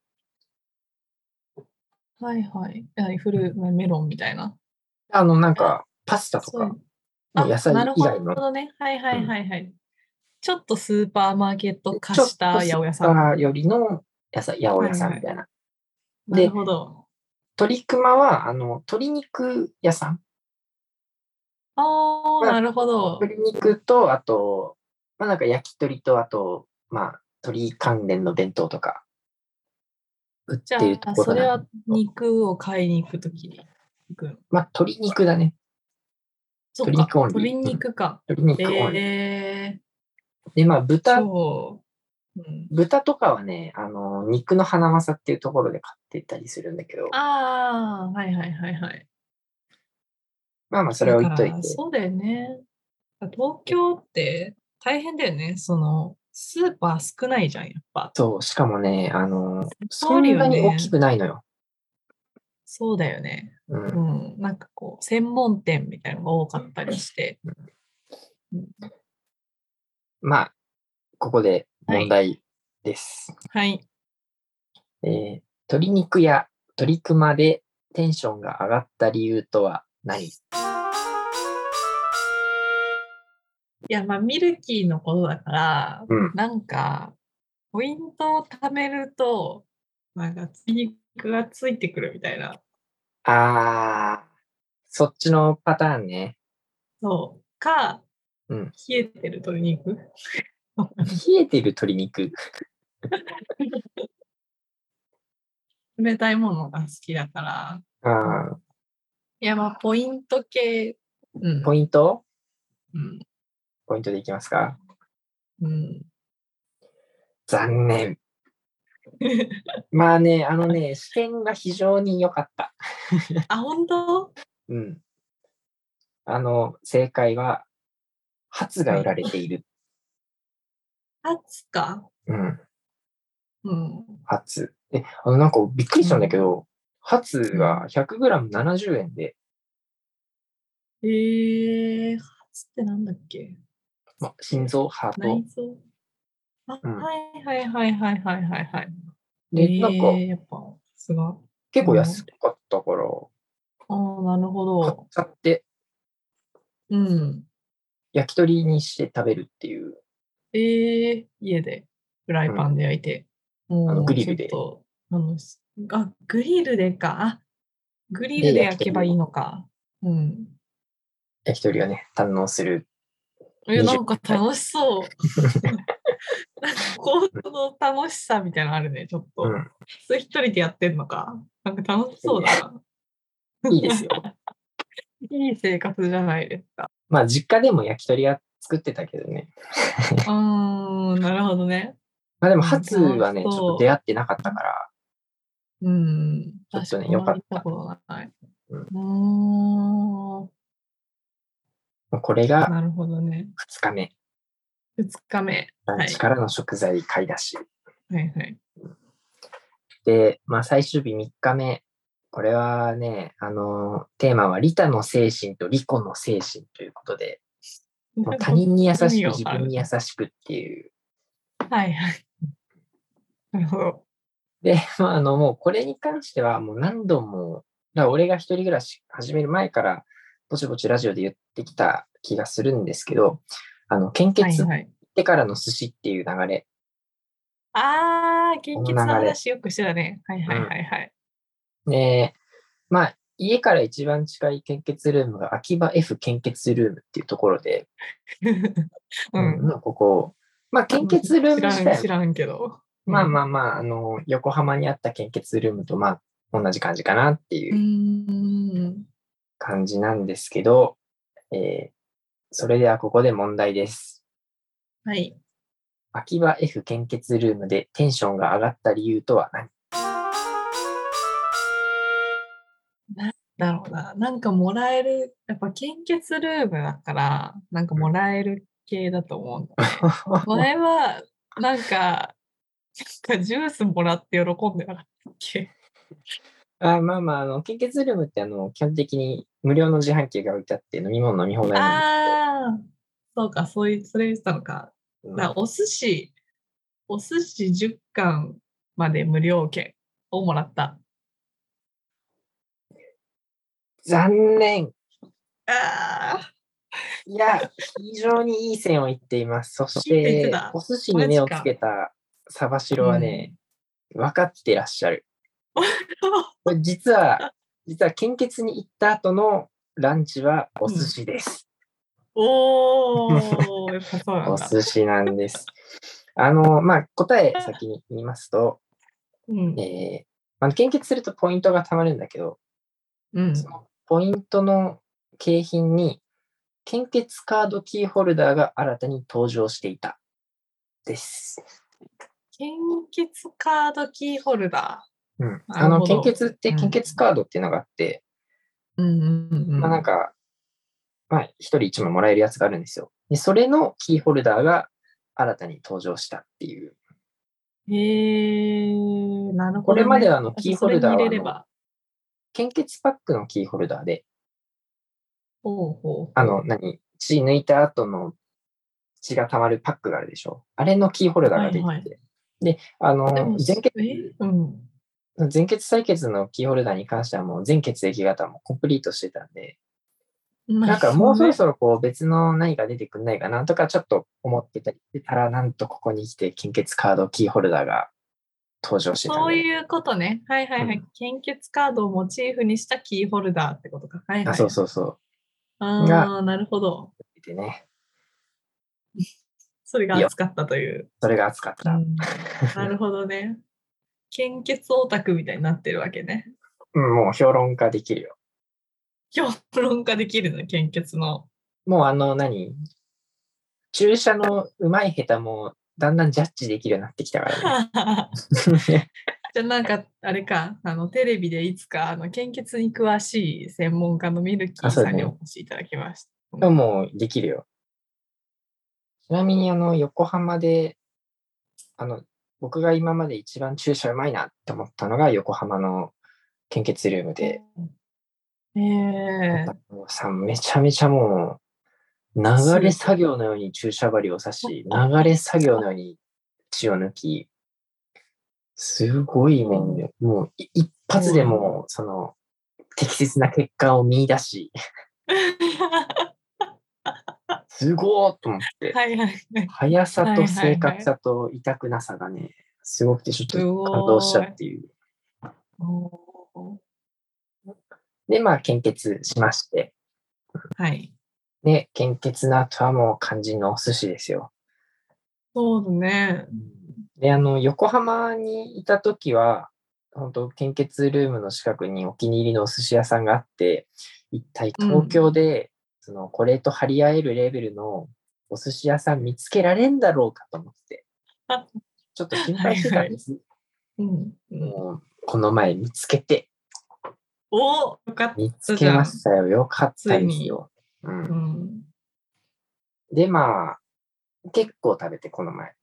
[SPEAKER 2] はいはい。はいフルまあメロンみたいな。
[SPEAKER 1] あの、なんかパスタと
[SPEAKER 2] そうい
[SPEAKER 1] か
[SPEAKER 2] う、あ
[SPEAKER 1] もう野菜以
[SPEAKER 2] なるほ
[SPEAKER 1] 外の。
[SPEAKER 2] どね。はいはいはいはい。ちょっとスーパーマーケット化
[SPEAKER 1] ちょっと
[SPEAKER 2] した八百屋さん。
[SPEAKER 1] よりの野菜、八百屋さんみたいな。
[SPEAKER 2] なるほど。
[SPEAKER 1] 鶏熊は、あの、鶏肉屋さん。
[SPEAKER 2] ああ、
[SPEAKER 1] まあ
[SPEAKER 2] なるほど。
[SPEAKER 1] 鶏肉と、あと、まあなんか焼き鳥と、あと、まあ、鶏関連の弁当とか、売って
[SPEAKER 2] じゃ
[SPEAKER 1] ると
[SPEAKER 2] あ、
[SPEAKER 1] こ
[SPEAKER 2] そ
[SPEAKER 1] ろ
[SPEAKER 2] れ
[SPEAKER 1] な
[SPEAKER 2] は肉を買いに行くときに行くの。
[SPEAKER 1] まあ、鶏肉だね。
[SPEAKER 2] そっ
[SPEAKER 1] 鶏
[SPEAKER 2] か
[SPEAKER 1] 肉オンリー
[SPEAKER 2] 鶏肉か。
[SPEAKER 1] 鶏肉オンリー
[SPEAKER 2] ええ
[SPEAKER 1] で、まあ、豚
[SPEAKER 2] そう。うん
[SPEAKER 1] 豚とかはね、あの、肉のハナマサっていうところで買ってたりするんだけど、
[SPEAKER 2] ああ、はいはいはいはい。
[SPEAKER 1] まあまあ、それは置いとい
[SPEAKER 2] だか
[SPEAKER 1] て
[SPEAKER 2] ら。そうだよね。東京って大変だよね。そのスーパー少ないじゃん、やっぱ。
[SPEAKER 1] そう、しかもね、あの、そ
[SPEAKER 2] うんだよね
[SPEAKER 1] なに大きくないのよ。
[SPEAKER 2] そうだよね。
[SPEAKER 1] う。
[SPEAKER 2] うんん。なんかこう、専門店みたいなのが多かったりして。
[SPEAKER 1] まあ、ここで問題です。
[SPEAKER 2] はい。
[SPEAKER 1] えー鶏肉や鶏熊でテンションが上がった理由とは何
[SPEAKER 2] いや、まあ、ミルキーのことだから、
[SPEAKER 1] うん。
[SPEAKER 2] なんか、ポイントを貯めると、なんか、鶏肉がついてくるみたいな。
[SPEAKER 1] あー、そっちのパターンね。
[SPEAKER 2] そう。か、
[SPEAKER 1] うん
[SPEAKER 2] 冷えてる鶏肉。
[SPEAKER 1] 冷えてる鶏肉。
[SPEAKER 2] 冷たいものが好きだから。
[SPEAKER 1] あ
[SPEAKER 2] いや、まあ、ポイント系。うん
[SPEAKER 1] ーポイント
[SPEAKER 2] うん。
[SPEAKER 1] ポイントでいきますか
[SPEAKER 2] うん。 *laughs*
[SPEAKER 1] 残念。まあね、あのね、視点が非常に良かった。
[SPEAKER 2] あ、本当
[SPEAKER 1] うん。あの、正解は、初が売られている。
[SPEAKER 2] 初か。
[SPEAKER 1] うん、
[SPEAKER 2] うん。
[SPEAKER 1] 初。え、あの、なんかびっくりしたんだけど、初が 100g70 円で、
[SPEAKER 2] ええー、初ってなんだっけ
[SPEAKER 1] まあ、心臓、ハート
[SPEAKER 2] 内。臓あ、
[SPEAKER 1] うん
[SPEAKER 2] はいはいはいはいはいはいはい。
[SPEAKER 1] で、なんか
[SPEAKER 2] えーやっぱ、すごい。
[SPEAKER 1] 結構安かったから、
[SPEAKER 2] ああ、なるほ
[SPEAKER 1] 買っ
[SPEAKER 2] ど。
[SPEAKER 1] ちゃって、
[SPEAKER 2] うん。
[SPEAKER 1] 焼き鳥にして食べるっていう、
[SPEAKER 2] ええ家でフライパンで焼いて。もう
[SPEAKER 1] あのグリルで
[SPEAKER 2] ちょっとあのすあ、グリルでか。あグリルで焼けばいいのか。うん。
[SPEAKER 1] 焼き鳥をね、堪能する。
[SPEAKER 2] え、
[SPEAKER 1] 20
[SPEAKER 2] なんか楽し
[SPEAKER 1] *laughs*
[SPEAKER 2] そう。なんか行動の楽しさみたいなのあるね、ちょっと。
[SPEAKER 1] うん
[SPEAKER 2] それ一人でやってんのか。なんか楽しそうだな。
[SPEAKER 1] いい
[SPEAKER 2] *laughs*
[SPEAKER 1] ですよ。
[SPEAKER 2] いい生活じゃないですか。
[SPEAKER 1] まあ、実家でも焼き鳥は作ってたけどね。
[SPEAKER 2] うーん、なるほどね。
[SPEAKER 1] まあでも、ハツはね、ち
[SPEAKER 2] う
[SPEAKER 1] ょ
[SPEAKER 2] ん
[SPEAKER 1] っ
[SPEAKER 2] そ
[SPEAKER 1] と
[SPEAKER 2] う
[SPEAKER 1] 出会ってなかったから、
[SPEAKER 2] うん。
[SPEAKER 1] ちょっとね
[SPEAKER 2] 確に
[SPEAKER 1] よかった
[SPEAKER 2] 見たことない。
[SPEAKER 1] う
[SPEAKER 2] う
[SPEAKER 1] まあこれ
[SPEAKER 2] ーん。
[SPEAKER 1] が
[SPEAKER 2] なるほどね。
[SPEAKER 1] 2日目。
[SPEAKER 2] 2日目。
[SPEAKER 1] ランチからの食材買い出し。
[SPEAKER 2] はいはい。
[SPEAKER 1] で、まあ、最終日3日目。これはね、あの、テーマは、利他の精神と利己の精神ということで、もう他人に優し
[SPEAKER 2] *laughs*
[SPEAKER 1] く、自分に優しくっていう。
[SPEAKER 2] はいはい。なるほど。
[SPEAKER 1] で、 *laughs* まあ、あの、もうこれに関しては、もう何度も、だから俺が一人暮らし始める前から、ぼちぼちラジオで言ってきた気がするんですけど、あの、献
[SPEAKER 2] はい
[SPEAKER 1] 血っ
[SPEAKER 2] はい。
[SPEAKER 1] てからの寿司っていう流れ、
[SPEAKER 2] あー、献血の
[SPEAKER 1] この流れ
[SPEAKER 2] 話よくしてたね。はいはいはいはい。
[SPEAKER 1] で、まあ、家から一番近い献血ルームが秋葉 F 献血ルームっていうところで、
[SPEAKER 2] う
[SPEAKER 1] うん
[SPEAKER 2] ん。
[SPEAKER 1] まあここ、まあ、献血ルーム
[SPEAKER 2] 知ら
[SPEAKER 1] 自
[SPEAKER 2] ん、
[SPEAKER 1] 体
[SPEAKER 2] 知
[SPEAKER 1] も、
[SPEAKER 2] らんけど。
[SPEAKER 1] まあま
[SPEAKER 2] あ。
[SPEAKER 1] あまあ、あの、横浜にあった献血ルームと、まあ、同じ感じかなっていうう
[SPEAKER 2] ーん。
[SPEAKER 1] 感じなんですけど、えーそれではここで問題です。
[SPEAKER 2] はい。
[SPEAKER 1] 秋葉 F 献血ルームでテンションが上がった理由とは何 *laughs*
[SPEAKER 2] だろうな。なんかもらえる、やっぱ献血ルームだから、なんかもらえる系だと思うんだ。前は、なんか、なんかジュースもらって喜んでなかったっけ
[SPEAKER 1] あまあまあ、あの、献血ルームってあの、基本的に無料の自販機が置いてあって飲み物飲み放題なんで
[SPEAKER 2] ああ、そうか、そういう、それ言ってたのか。
[SPEAKER 1] すけど
[SPEAKER 2] だからお寿司、お寿司10貫まで無料券をもらった。
[SPEAKER 1] 残念
[SPEAKER 2] あ
[SPEAKER 1] いや、非常にいい線をいっています。そし
[SPEAKER 2] いい線いって
[SPEAKER 1] て
[SPEAKER 2] た、
[SPEAKER 1] お寿司に目を
[SPEAKER 2] マジか
[SPEAKER 1] つけたサバシロはね、分かってらっしゃる。これ実
[SPEAKER 2] *laughs*
[SPEAKER 1] は、実は献血に行った後のランチはお寿司です。
[SPEAKER 2] あ、おお、やっぱそうな
[SPEAKER 1] *laughs*
[SPEAKER 2] ん
[SPEAKER 1] お
[SPEAKER 2] だ。
[SPEAKER 1] 寿司なんです。あの、まあ、答え先に言いますと、
[SPEAKER 2] うん
[SPEAKER 1] え、ーまあ、献血するとポイントが貯まるんだけど、
[SPEAKER 2] うん、
[SPEAKER 1] そのポイントの景品に、献血カードキーホルダーが新たに登場していた。です。
[SPEAKER 2] 献血カードキーホルダ
[SPEAKER 1] うん、
[SPEAKER 2] な
[SPEAKER 1] あ
[SPEAKER 2] る
[SPEAKER 1] の
[SPEAKER 2] ほど
[SPEAKER 1] 献血って
[SPEAKER 2] うん
[SPEAKER 1] 献血カードっていうのがあって、
[SPEAKER 2] ー。うんうんうん。
[SPEAKER 1] まあなんか、まあ、一人一枚もらえるやつがあるんですよ。で、それのキーホルダーが新たに登場したっていう。
[SPEAKER 2] へえー、なるほど、ね。
[SPEAKER 1] これまではあのキーホルダーは
[SPEAKER 2] そ
[SPEAKER 1] あの
[SPEAKER 2] れに入れれば。
[SPEAKER 1] 献血パックのキーホルダーで、
[SPEAKER 2] ほうほう。
[SPEAKER 1] あの、何、血抜いた後の血が溜まるパックがあるでしょ。あれのキーホルダーが出てて。
[SPEAKER 2] はいはい
[SPEAKER 1] で、あの
[SPEAKER 2] でも、、
[SPEAKER 1] 全血、
[SPEAKER 2] えうん。
[SPEAKER 1] 全血採血のキーホルダーに関してはもう全血液型もコンプリートしてたんで、
[SPEAKER 2] な
[SPEAKER 1] なんかもうそろそろこう別の何か出てくんないかなとかちょっと思ってたりしてたら、なんとここに来て献血カードキーホルダーが登場してた
[SPEAKER 2] そ
[SPEAKER 1] ん
[SPEAKER 2] う
[SPEAKER 1] で。
[SPEAKER 2] いうことね。はいはいはい。
[SPEAKER 1] う
[SPEAKER 2] 献血カードをモチーフにしたキーホルダーってことか。はいはい。
[SPEAKER 1] あそうそうそう
[SPEAKER 2] ああ、なるほど。。
[SPEAKER 1] でね、
[SPEAKER 2] それが熱かったという。
[SPEAKER 1] それが熱かった。
[SPEAKER 2] うんなるほどね。献血オタクみたいになってるわけね。
[SPEAKER 1] うん、もう評論家できるよ。
[SPEAKER 2] 評論家できるの、献血の。 *laughs*
[SPEAKER 1] もうあの何、注射のうまい下手もだんだんジャッジできるようになってきたからね。
[SPEAKER 2] じゃあなんかあれかあのテレビでいつかあの献血に詳しい専門家のミルキー
[SPEAKER 1] あそう
[SPEAKER 2] さ
[SPEAKER 1] だ
[SPEAKER 2] ん
[SPEAKER 1] ね
[SPEAKER 2] にお越しいただきました。
[SPEAKER 1] もうできるよ。ちなみにあの、横浜で、あの、僕が今まで一番注射うまいなって思ったのが横浜の献血ルームで、
[SPEAKER 2] ええ
[SPEAKER 1] さめちゃめちゃもう、流れ作業のように注射針を刺し、流れ作業のように血を抜き、すごいもんね、もうい一発でもう、その、
[SPEAKER 2] *laughs*
[SPEAKER 1] 適切な結果を見出し、すごーと思って、
[SPEAKER 2] はいはいはい。
[SPEAKER 1] 速さと正確さと痛くなさがね、すごくてちょっと感動しちゃうっていう。
[SPEAKER 2] おー
[SPEAKER 1] で、まあ、献血しまして、
[SPEAKER 2] はい。
[SPEAKER 1] で、献血の後はもう肝心のお寿司ですよ。
[SPEAKER 2] そうだね。
[SPEAKER 1] で、あの、横浜にいた時は、本当献血ルームの近くにお気に入りのお寿司屋さんがあって、一体東京で、その、これと張り合えるレベルのお寿司屋さん見つけられんだろうかと思
[SPEAKER 2] *laughs*
[SPEAKER 1] って
[SPEAKER 2] あ、
[SPEAKER 1] ちょっと心配してたんです。
[SPEAKER 2] うん。うん
[SPEAKER 1] もう、この前見つけて、
[SPEAKER 2] おーよかっ
[SPEAKER 1] 見つけましたよ。よかったですよ。う
[SPEAKER 2] た。
[SPEAKER 1] ん
[SPEAKER 2] うん。
[SPEAKER 1] で、まあ、結構食べて、この前。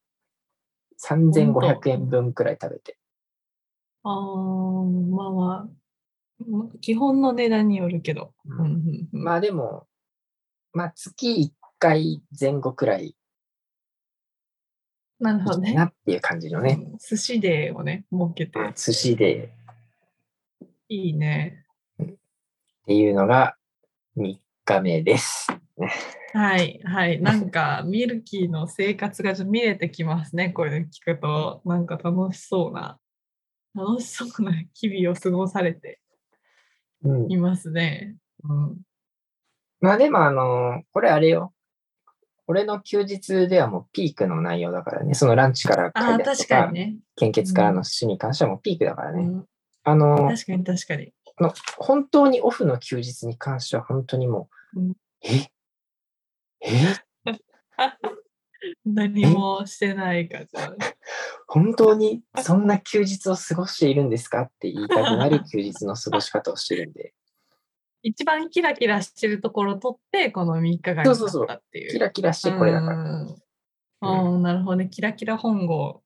[SPEAKER 1] 3500円分くらい食べて。
[SPEAKER 2] あー、まあまあ。基本の値段によるけど。うんうんうん
[SPEAKER 1] まあでも、まあ月1回前後くらい
[SPEAKER 2] なるほ
[SPEAKER 1] い
[SPEAKER 2] ど
[SPEAKER 1] い
[SPEAKER 2] ね。
[SPEAKER 1] なっていう感じのね、
[SPEAKER 2] うん寿司デーをね、設けて。
[SPEAKER 1] 寿司で
[SPEAKER 2] いいね。
[SPEAKER 1] っていうのが3日目です。
[SPEAKER 2] はい、はい。なんか、ミルキーの生活がちょっと見れてきますね。これ聞くと。なんか楽しそうな、楽しそうな日々を過ごされて
[SPEAKER 1] うん、
[SPEAKER 2] いますね。うん。
[SPEAKER 1] まあでもあの、これあれよ。俺の休日ではもうピークの内容だからね、そのランチから
[SPEAKER 2] あ
[SPEAKER 1] 書いて
[SPEAKER 2] あ、
[SPEAKER 1] あると
[SPEAKER 2] 確
[SPEAKER 1] か
[SPEAKER 2] かにね。
[SPEAKER 1] 献血からの死に関してはもうピークだから
[SPEAKER 2] う
[SPEAKER 1] ね。
[SPEAKER 2] ん、
[SPEAKER 1] あの、
[SPEAKER 2] 確かに確かに。
[SPEAKER 1] 本当にオフの休日に関しては本当にもう、
[SPEAKER 2] うん
[SPEAKER 1] ええ
[SPEAKER 2] 何もしてない感
[SPEAKER 1] *laughs*
[SPEAKER 2] じだね。
[SPEAKER 1] 本当にそんな休日を過ごしているんですかって言いたくなる休日の過ごし方をしてるん
[SPEAKER 2] *laughs*
[SPEAKER 1] で、
[SPEAKER 2] 一番キラキラしてるところを取って、この3日間にな
[SPEAKER 1] そうそ
[SPEAKER 2] っ
[SPEAKER 1] うそう
[SPEAKER 2] たっていう。
[SPEAKER 1] キラキラしてこれだから。
[SPEAKER 2] うんああ、なるほどね。キラキラ本郷。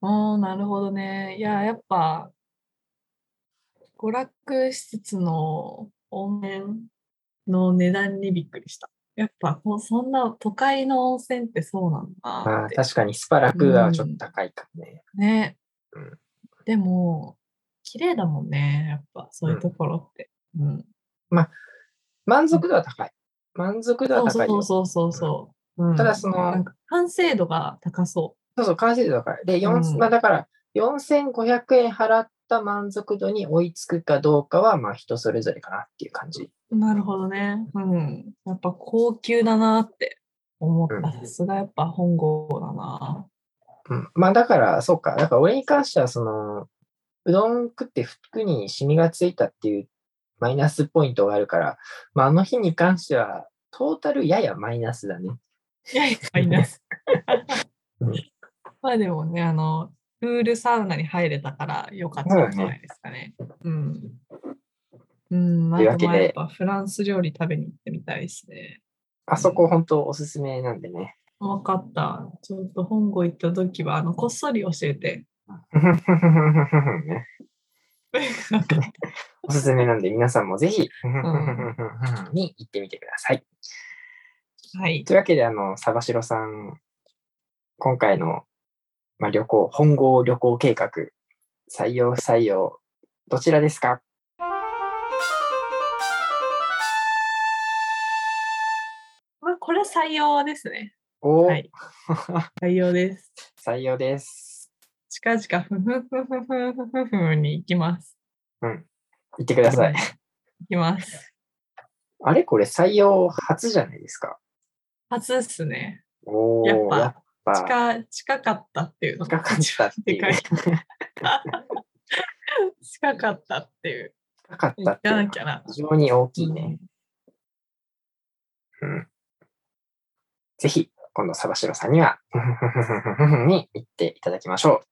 [SPEAKER 2] ああ、なるほどね。いや、やっぱ、娯楽施設の温泉の値段にびっくりした。やっぱ、こうそんな都会の温泉ってそうなんだ
[SPEAKER 1] ま
[SPEAKER 2] な
[SPEAKER 1] あ
[SPEAKER 2] って。
[SPEAKER 1] 確かにスパラクーアはちょっと高いかもね。
[SPEAKER 2] ね
[SPEAKER 1] うん。
[SPEAKER 2] でも、綺麗だもんね。やっぱ、そういうところって。うん。
[SPEAKER 1] 満足度は高い。満足度は高い
[SPEAKER 2] そ
[SPEAKER 1] よ。そ
[SPEAKER 2] う
[SPEAKER 1] う
[SPEAKER 2] そうそうそう。うん
[SPEAKER 1] ただその
[SPEAKER 2] なんか完成度が高そ
[SPEAKER 1] そう、完成度高い。で、四
[SPEAKER 2] うん
[SPEAKER 1] まあだから4500円払った満足度に追いつくかどうかは、まあ人それぞれかなっていう感じ。
[SPEAKER 2] う。なるほどね。うん。やっぱ高級だなって思った。
[SPEAKER 1] う
[SPEAKER 2] さすがやっぱ本郷だな。
[SPEAKER 1] うん、まあだから、そうか。だから俺に関しては、その、うどん食って服にシミがついたっていうマイナスポイントがあるから、まああの日に関しては、トータルややマイナスだね。
[SPEAKER 2] いやいや、マイナス
[SPEAKER 1] うん。
[SPEAKER 2] まあでもね、あの、プールサウナに入れたから良かったんじゃないですかね。うん。うん、あ
[SPEAKER 1] というわけで
[SPEAKER 2] とまあやっぱフランス料理食べに行ってみたいですね。
[SPEAKER 1] あそこ本当おすすめなんでね。
[SPEAKER 2] わかった。ちょっと本郷行った時は、あの、こっそり教えて。
[SPEAKER 1] ね
[SPEAKER 2] わかった
[SPEAKER 1] おすすめなんで皆さんもぜひ、
[SPEAKER 2] ん
[SPEAKER 1] *laughs* に行ってみてください。
[SPEAKER 2] はい。
[SPEAKER 1] というわけで、あの、サバシロさん、今回の、まあ、旅行、本郷旅行計画、採用、不採用、どちらですか
[SPEAKER 2] まあ、これ採用ですね。
[SPEAKER 1] おー、
[SPEAKER 2] はい。採用です。
[SPEAKER 1] 採用です。
[SPEAKER 2] 近々、ふふふふふふふふに行きます。
[SPEAKER 1] 行ってください。
[SPEAKER 2] 行きます。
[SPEAKER 1] あれこれ採用初じゃないですか。
[SPEAKER 2] 初っすね。
[SPEAKER 1] おお、
[SPEAKER 2] やっぱ
[SPEAKER 1] やっぱ
[SPEAKER 2] 近、近かったっていうの
[SPEAKER 1] 近かったっていう。
[SPEAKER 2] でかい
[SPEAKER 1] 近
[SPEAKER 2] 近かったっていう。
[SPEAKER 1] かっ
[SPEAKER 2] 行
[SPEAKER 1] たっ
[SPEAKER 2] か
[SPEAKER 1] ていうの
[SPEAKER 2] な
[SPEAKER 1] は
[SPEAKER 2] きゃな。
[SPEAKER 1] 非常に大きいね。うん。ぜひ、今度、サバシロさんには、に行っていただきましょ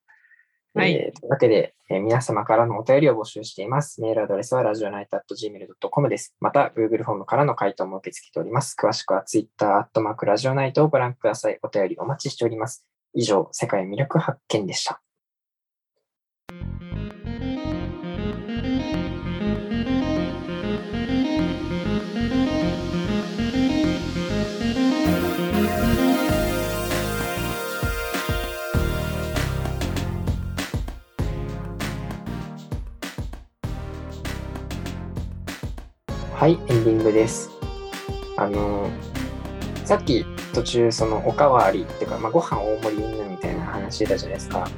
[SPEAKER 1] う。
[SPEAKER 2] はい
[SPEAKER 1] えーというわけで、えー皆様からのお便りを募集しています。メールアドレスはラジオナイト .gmail.com です。また、Google フォームからの回答も受け付けております。詳しくは Twitter、アットマークラジオナイトをご覧ください。お便りお待ちしております。以上、世界魅力発見でした。はい、エンディングです。あのー、さっき途中そのおかわりっていうか、まあ、ご飯大盛りうんぬんみたいな話してたじゃないですか。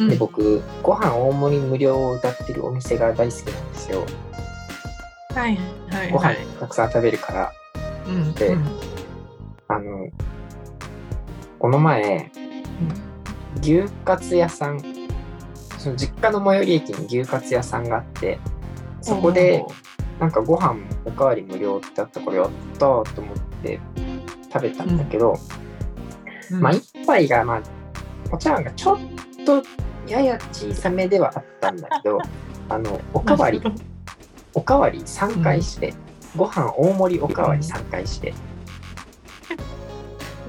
[SPEAKER 2] うん
[SPEAKER 1] で僕ご飯大盛り無料を歌ってるお店が大好きなんですよ。
[SPEAKER 2] はいはい
[SPEAKER 1] ご
[SPEAKER 2] は
[SPEAKER 1] 飯
[SPEAKER 2] い。
[SPEAKER 1] たくさん食べるから。
[SPEAKER 2] うん
[SPEAKER 1] で
[SPEAKER 2] うん
[SPEAKER 1] あのこの前牛カツ屋さんその実家の最寄り駅に牛カツ屋さんがあってそこでなんかご飯おかわり無料ってあったからやったーと思って食べたんだけど、
[SPEAKER 2] うん
[SPEAKER 1] まあ一杯がまあお茶碗がちょっとやや小さめではあったんだ
[SPEAKER 2] *laughs*
[SPEAKER 1] けどあのおかわりおかわり3回して、ご飯大盛りおかわり3回して、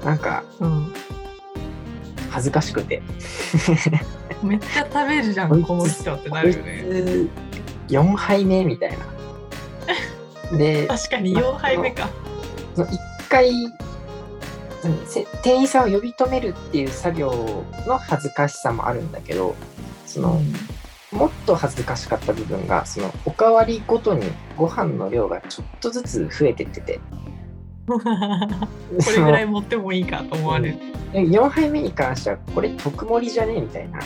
[SPEAKER 1] なんか
[SPEAKER 2] うん
[SPEAKER 1] 恥ずかしくて
[SPEAKER 2] めっちゃ食べるじゃ
[SPEAKER 1] こい
[SPEAKER 2] ん
[SPEAKER 1] つ
[SPEAKER 2] この人って
[SPEAKER 1] こ
[SPEAKER 2] ないる
[SPEAKER 1] つ
[SPEAKER 2] よね
[SPEAKER 1] 4杯目みたいな。で
[SPEAKER 2] 確かに4杯目か
[SPEAKER 1] その一回うんせ店員さんを呼び止めるっていう作業の恥ずかしさもあるんだけどそのもっと恥ずかしかった部分がそのおかわりごとにご飯の量がちょっとずつ増えてってて
[SPEAKER 2] *laughs* これ
[SPEAKER 1] そ
[SPEAKER 2] ぐ
[SPEAKER 1] の
[SPEAKER 2] らい持ってもいいかと思われる
[SPEAKER 1] 4杯目に関してはこれ特盛りじゃねえみたいな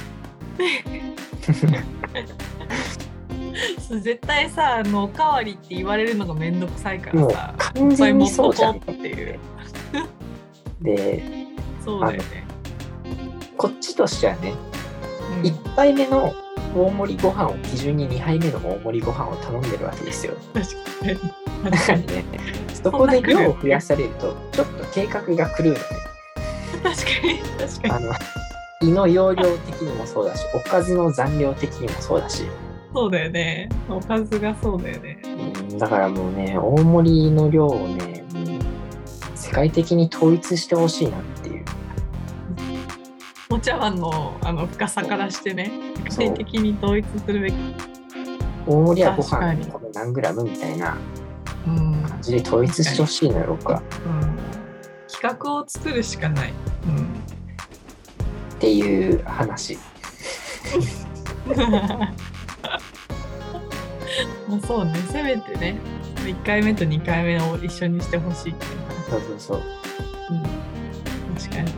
[SPEAKER 2] そう絶対さあのおかわりって言われるのがめんどくさいか
[SPEAKER 1] も
[SPEAKER 2] ら
[SPEAKER 1] う
[SPEAKER 2] さ
[SPEAKER 1] 完
[SPEAKER 2] いっぱい
[SPEAKER 1] 全
[SPEAKER 2] 持
[SPEAKER 1] に
[SPEAKER 2] っ
[SPEAKER 1] そ
[SPEAKER 2] と
[SPEAKER 1] うじゃん
[SPEAKER 2] こうっていう
[SPEAKER 1] で
[SPEAKER 2] そうだよね
[SPEAKER 1] こっちとしてはね
[SPEAKER 2] うん
[SPEAKER 1] 1杯目の大盛りご飯を基準に2杯目の大盛りご飯を頼んでるわけですよ
[SPEAKER 2] 確かに
[SPEAKER 1] だか
[SPEAKER 2] 確からに
[SPEAKER 1] ね、そこで量を増やされると、ちょっと計画が狂うのね。
[SPEAKER 2] 確かに
[SPEAKER 1] *laughs*
[SPEAKER 2] 確かに
[SPEAKER 1] あの、胃の容量的にもそうだし、おかずの残量的にもそうだし、
[SPEAKER 2] そうだよねおかずがそうだよね
[SPEAKER 1] うんだからもうね、大盛りの量をね、うん世界的に統一してほしいなっていう。
[SPEAKER 2] お茶碗のあの深さからしてね
[SPEAKER 1] そ
[SPEAKER 2] 世
[SPEAKER 1] う
[SPEAKER 2] 界的に統一するべき
[SPEAKER 1] 大盛りはご
[SPEAKER 2] 確か
[SPEAKER 1] 飯
[SPEAKER 2] に
[SPEAKER 1] これ何グラムみたいな
[SPEAKER 2] うん
[SPEAKER 1] 感じで統一してほしいのよ、僕は。
[SPEAKER 2] うん企画を作るしかない。うん、
[SPEAKER 1] っていう話。
[SPEAKER 2] まあそうね、せめてね、1回目と2回目を一緒にしてほしいっていう
[SPEAKER 1] そ
[SPEAKER 2] 話。
[SPEAKER 1] うそうそう。
[SPEAKER 2] うん、確かに。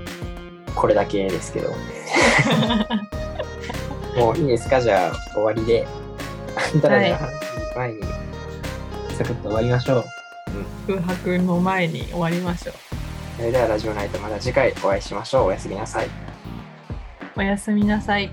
[SPEAKER 2] *laughs*
[SPEAKER 1] これだけですけど。もういいですかじゃあ終わりで。 *laughs* だらだら前にサクッと終わりましょう。
[SPEAKER 2] 空白の前に終わりましょう。
[SPEAKER 1] それではラジオナイトまた次回お会いしましょう。おやすみなさい。
[SPEAKER 2] おやすみなさい。